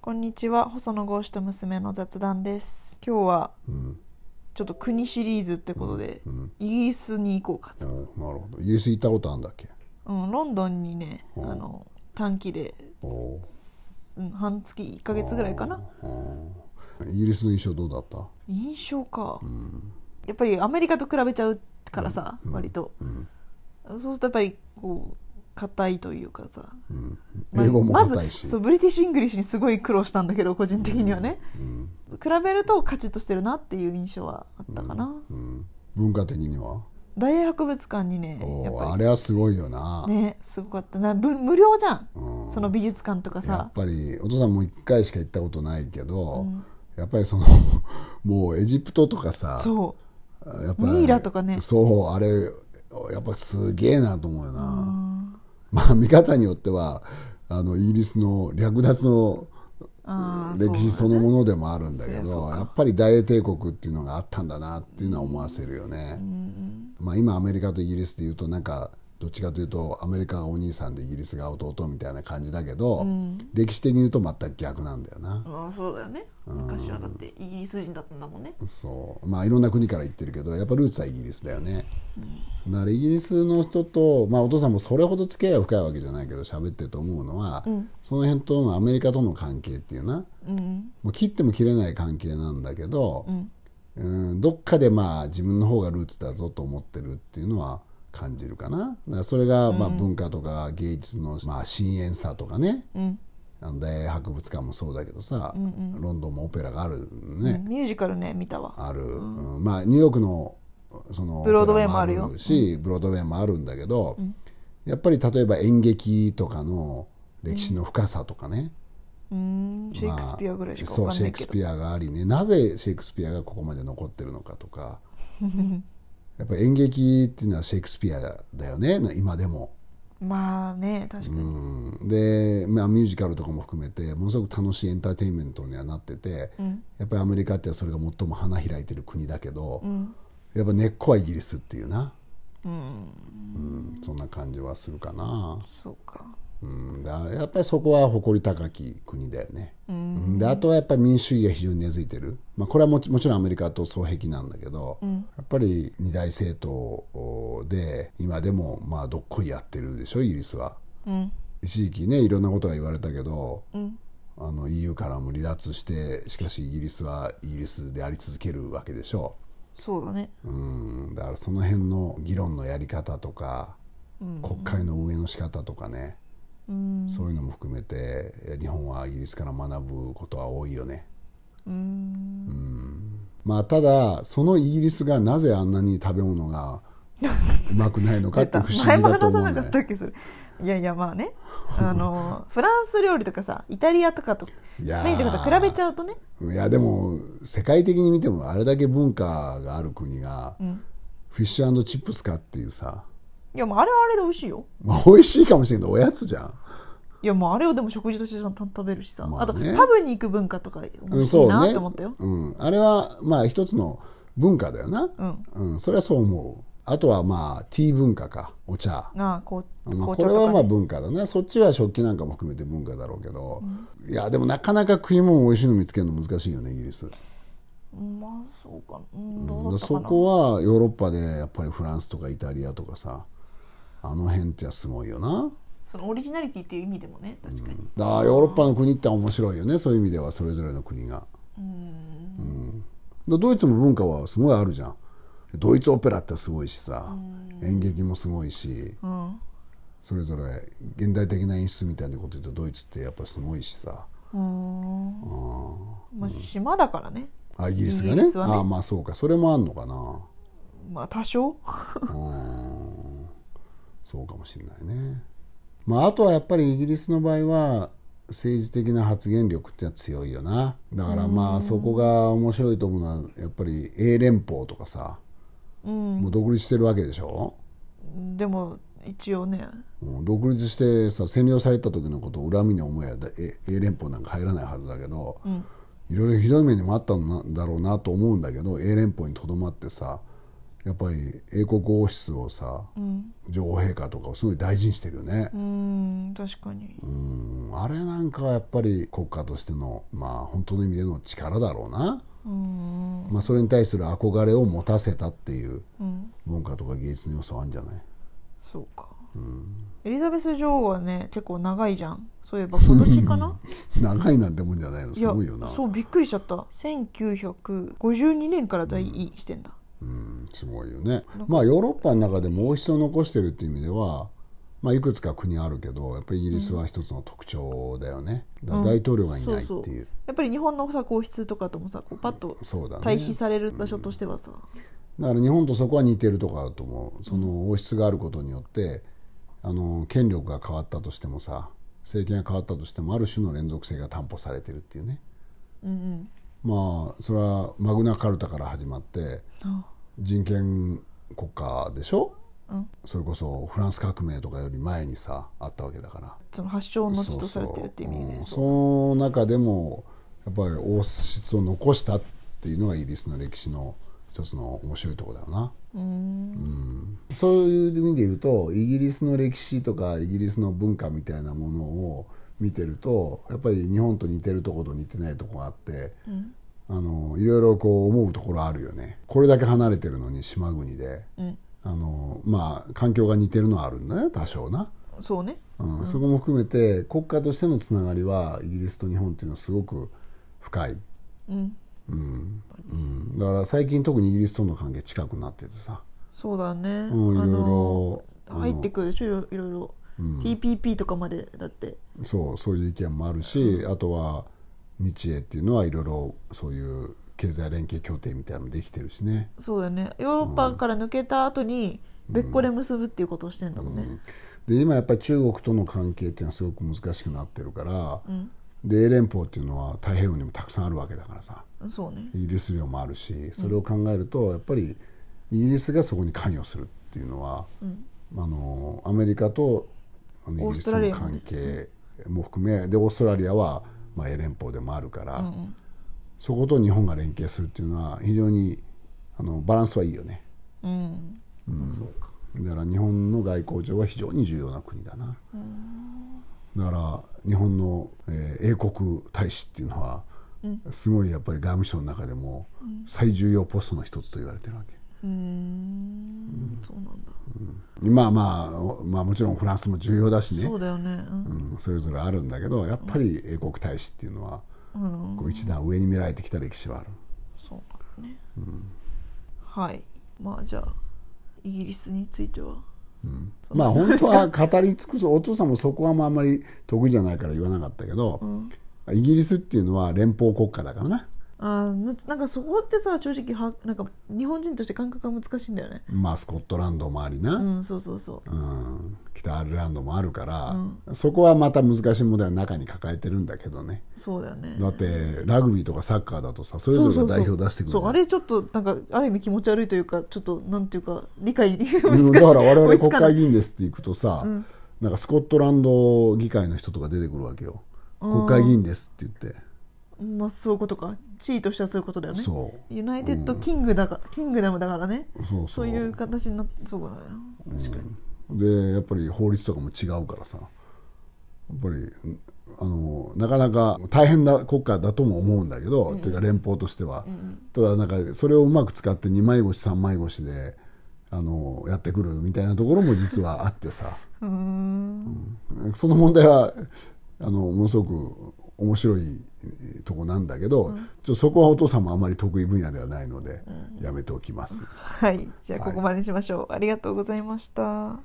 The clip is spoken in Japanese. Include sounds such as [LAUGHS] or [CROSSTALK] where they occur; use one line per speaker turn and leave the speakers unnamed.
こんにちは細野豪志と娘の雑談です今日は
うん
ちょっと国シリーズってことで、
うん
イギリスに行こうか
あ
と、
なるほどイギリス行ったことあるんだっけ
うん、ロンドンにねあ
うん
の短期で、
おー
うん、半月1ヶ月ぐらいかな
あーあーイギリスの印象どうだった
印象か、
うん
やっぱりアメリカと比べちゃうからさ、
うん
割と
うん
そうするとやっぱりこう硬いというかさ
うん
ま
英語も
まず
硬いし、
そうブリティッシュ・イングリッシュにすごい苦労したんだけど個人的にはね、
うん
比べるとカチッとしてるなっていう印象はあったかな、
うん、文化的には
大英博物館にね
お
やっ
ー
ぱ
あれはすごいよな、
りねすごかったなぶ無料じゃん
うん
その美術館とか
や
さ
っぱりお父さんも1回しか行ったことないけど、
うん
やっぱりその [LAUGHS] もうエジプトとかさ
そ
やっぱ
ミイラとかね
そうあれやっぱすげえなと思うよな、
う、うん
まあ見方によってはあのイギリスの略奪の
あー
歴史
そ
そうのものでもあるんだけ
そりゃそ
ど
うか
やっぱり大英帝国っていうのがあったんだなっていうのは思わせるよね、まあ、今アメリカとイギリスでいうとなんかどっちかというとアメリカがお兄さんでイギリスが弟みたいな感じだけど、歴史的に言うと全く逆なんだよな、
あーそうだよね昔はだってイギリス人だったんだもんね
そうまあいろんな国から行ってるけどやっぱルーツはイギリスだよね、だからイギリスの人と、まあ、お父さんもそれほど付き合いは深いわけじゃないけど喋ってると思うのは、その辺とのアメリカとの関係っていうな
うん
もう切っても切れない関係なんだけど、うんどっかでまあ自分の方がルーツだぞと思ってるっていうのは感じるかなだからそれがまあ文化とか芸術のまあ深淵さとかね、
うん
あの大英博物館もそうだけどさ、ロンドンもオペラがあるね、
ミュージカルね見たわ
ある、うんまあニューヨークのその
ブロードウェイもあるよ
オペラし、ブロードウェイもあるんだけど、やっぱり例えば演劇とかの歴史の深さとかね、
うんシェイ
まあ
クスピアぐらいしか
そ
わ
う
かん
シ
な
ェ
い
イク
け
ス
ど、
ピアがありねなぜシェイクスピアがここまで残ってるのか
[LAUGHS]
とかやっぱ演劇っていうのはシェイクスピアだよね今でも。
まあね確かに、
うんで、まあ、ミュージカルとかも含めてものすごく楽しいエンターテインメントにはなってて、やっぱりアメリカってそれが最も花開いてる国だけど、やっぱ根っこはイギリスっていうな、うんそんな感じはするかな、
そうか
うん、だやっぱりそこは誇り高き国だよね、であとはやっぱり民主主義が非常に根付いてる、まあ、これはもちもちろんアメリカと双璧なんだけど、やっぱり二大政党で今でもまあどっこいやってるでしょイギリスは。
うん
一時期ねいろんなことが言われたけど、
ん
あの EU からも離脱してしかしイギリスはイギリスであり続けるわけでしょ
そうだね
う、うん、だからその辺の議論のやり方とか、国会の運営の仕方とかね、そういうのも含めてえ日本はイギリスから学ぶことは多いよね。うんまあ、ただそのイギリスがなぜあんなに食べ物がうまくないのかって不思
前
議
も
だと
話
思
さな
う
か
ね
っ。たっけそれいやいやまあねあ
[LAUGHS]
のフランス料理とかさイタリアとかとス
いやー
ペインとかと比べちゃうとね
いやでも世界的に見てもあれだけ文化がある国が、フィッシュチップスかっていうさ、
いやもうあれはあれで美味しいよ
まあ、美味しいかもしれないけどおやつじゃん、
いやもうあれをでも食事としてちゃんと食べるしさ、
ま
あ
あ
と
ね
パブに行く文化とか
う
面白
んそ
いうなっ
ね
て思ったよ、
うん、あれはまあ一つの文化だよな、
ん
うん、それはそう思うあとはまあティー文化かお茶、
ああこう
まあ、
紅
これ
茶
は
と
ま
か、
あ
ね、
文化だねそっちは食器なんかも含めて文化だろうけど、いやでもなかなか食い物美味しいの見つけるの難しいよねイギリス、
うんまあそうかなうんど
う
うんだったか
そ
な、
こはヨーロッパでやっぱりフランスとかイタリアとかさあの辺ってすごいよな
そのオリジナリティっていう意味でもね確かに、
だからヨーロッパの国って面白いよねそういう意味ではそれぞれの国がうん、だドイツも文化はすごいあるじゃんドイツオペラってすごいしさ演劇もすごいし
うん
それぞれ現代的な演出みたいなこと言うとドイツってやっぱすごいしさ
うんまあ島だからね
あイギリスがね
イギリスはね
あまあそうかそれもあんのかな
まあ多少
うんそうかもしれないね、まあ、あとはやっぱりイギリスの場合は政治的な発言力ってのは強いよなだからまあそこが面白いと思うのはやっぱり英連邦とかさ、もう独立してるわけでしょ、
でも一応ね
うん独立してさ占領された時のことを恨みに思えばえ英連邦なんか入らないはずだけど、いろいろひどい目にもあったんだろうなと思うんだけど英連邦にとどまってさややっぱり英国王室をさ
うん
女王陛下とかをすごい大事にしてるよね
う、ん確かに
うん、あれなんかはやっぱり国家としてのまあ本当の意味での力だろうな、
うん
まあ、それに対する憧れを持たせたっていう
うん
文化とか芸術の要素はあるんじゃない [LAUGHS]
そうかエリザベス女王はね結構長いじゃんそういえば今年か [LAUGHS] な
長いなんてもんじゃないの
い
す
や
ごいよな
そうびっくりしちゃった1952年から在位してんだ
うんすごいよねまあヨーロッパの中でも王室を残してるっていう意味ではまあ、いくつか国あるけどやっぱりイギリスは一つの特徴だよね、だ
うん
大統領がい
そ
な
う
いって
そう
い
や
う、
っぱり日本のさ皇室とかともさこうパッと
そうだね
対比される場所としてはさ、
だから日本とそこは似てるとこあると思うその王室があることによってあの権力が変わったとしてもさ政権が変わったとしてもある種の連続性が担保されてるっていうね
うん、うん
まあそれはマグナカルタから始まって
あ
人権国家でしょ、
うん
それこそフランス革命とかより前にさあったわけだから
その発祥の地とされてるって意味
そうそうう
ね
んその中でもやっぱり王室を残したっていうのがイギリスの歴史の一つの面白いところだよな。
うーん
そういう意味で言うとイギリスの歴史とかイギリスの文化みたいなものを見てるとやっぱり日本と似てるところと似てないところがあって、あのいろいろこう思うところあるよねこれだけ離れてるのに島国で、
うん
あのまあ環境が似てるのはあるんだね多少な、
そうね
うんそこも含めて国家としてのつながりはイギリスと日本っていうのはすごく深い、
うん
うん、だから最近特にイギリスとの関係近くなっててさ、
そうだね、
うん、いろいろ
あの入ってくるでしょいろいろいろ、TPP とかまでだって
そうそういう意見もあるしあとは日英っていうのはいろいろそういう経済連携協定みたいなのもできてるしね、
そうだねヨーロッパから抜けた後に別個で結ぶっていうことをしてんだもんね、
で今やっぱり中国との関係っていうのはすごく難しくなってるから、で英連邦っていうのは太平洋にもたくさんあるわけだからさ
そうね
イギリス領もあるしそれを考えるとやっぱりイギリスがそこに関与するっていうのは、あのアメリカとあのイ
オー
ギリ
スト
ス
ラリ
の
アも
関係も含めでオーストラリアは、まあ、英連邦でもあるから、そこと日本が連携するっていうのは非常にあのバランスはいいよね
うん
だから日本の外交上は非常に重要な国だな。だから日本の、えー英国大使っていうのは、すごいやっぱり外務省の中でも最重要ポストの一つと言われてるわけ、
うーんそうなんだ
まあまあおまあもちろんフランスも重要だしね
そうだよね
う、ん、それぞれあるんだけどやっぱり英国大使っていうのは
うん、うん、
こう一段上に見られてきた歴史はある、
そうなんだね、はいまあじゃあイギリスについては
まあ本当は語り尽くすお父さんもそこはまああんまり得意じゃないから言わなかったけど、イギリスっていうのは連邦国家だからな
あーむつなんかそこってさ正直はなんか日本人として感覚が難しいんだよね
まあスコットランドもあり
う
な、
んそうそうそう
うん北アイルランドもあるから、そこはまた難しい問題は中に抱えてるんだけどね
そうだよね
だってラグビーとかサッカーだとさそれぞれが代表出してくるじ
そ
ゃ
うんそうあれちょっとなんかある意味気持ち悪いというかちょっとなんていうか理解
[LAUGHS]
に難し
う
い
んだから我
追
々
いつ
国
かない
会議員ですって行くとさ、なんかスコットランド議会の人とか出てくるわけよ国会議員ですって言って、
まあそういうことか地位としてはそういうことだよね
そ
ユナイテッドキングだから、キングダムだからね
うそう
そ
そうう
いう形になってそうだよな確かに、
でやっぱり法律とかも違うからさやっぱりんあのなかなか大変な国家だとも思うんだけど、というか連邦としては、ただなんかそれをうまく使って2枚腰3枚腰であのやってくるみたいなところも実はあって [LAUGHS] さうんその問題はあのものすごく面白いえーとこなんだけど、ちょっとそこはお父さんもあまり得意分野ではないので、やめておきます。
はいじゃあここまでにしましょう、ありがとうございました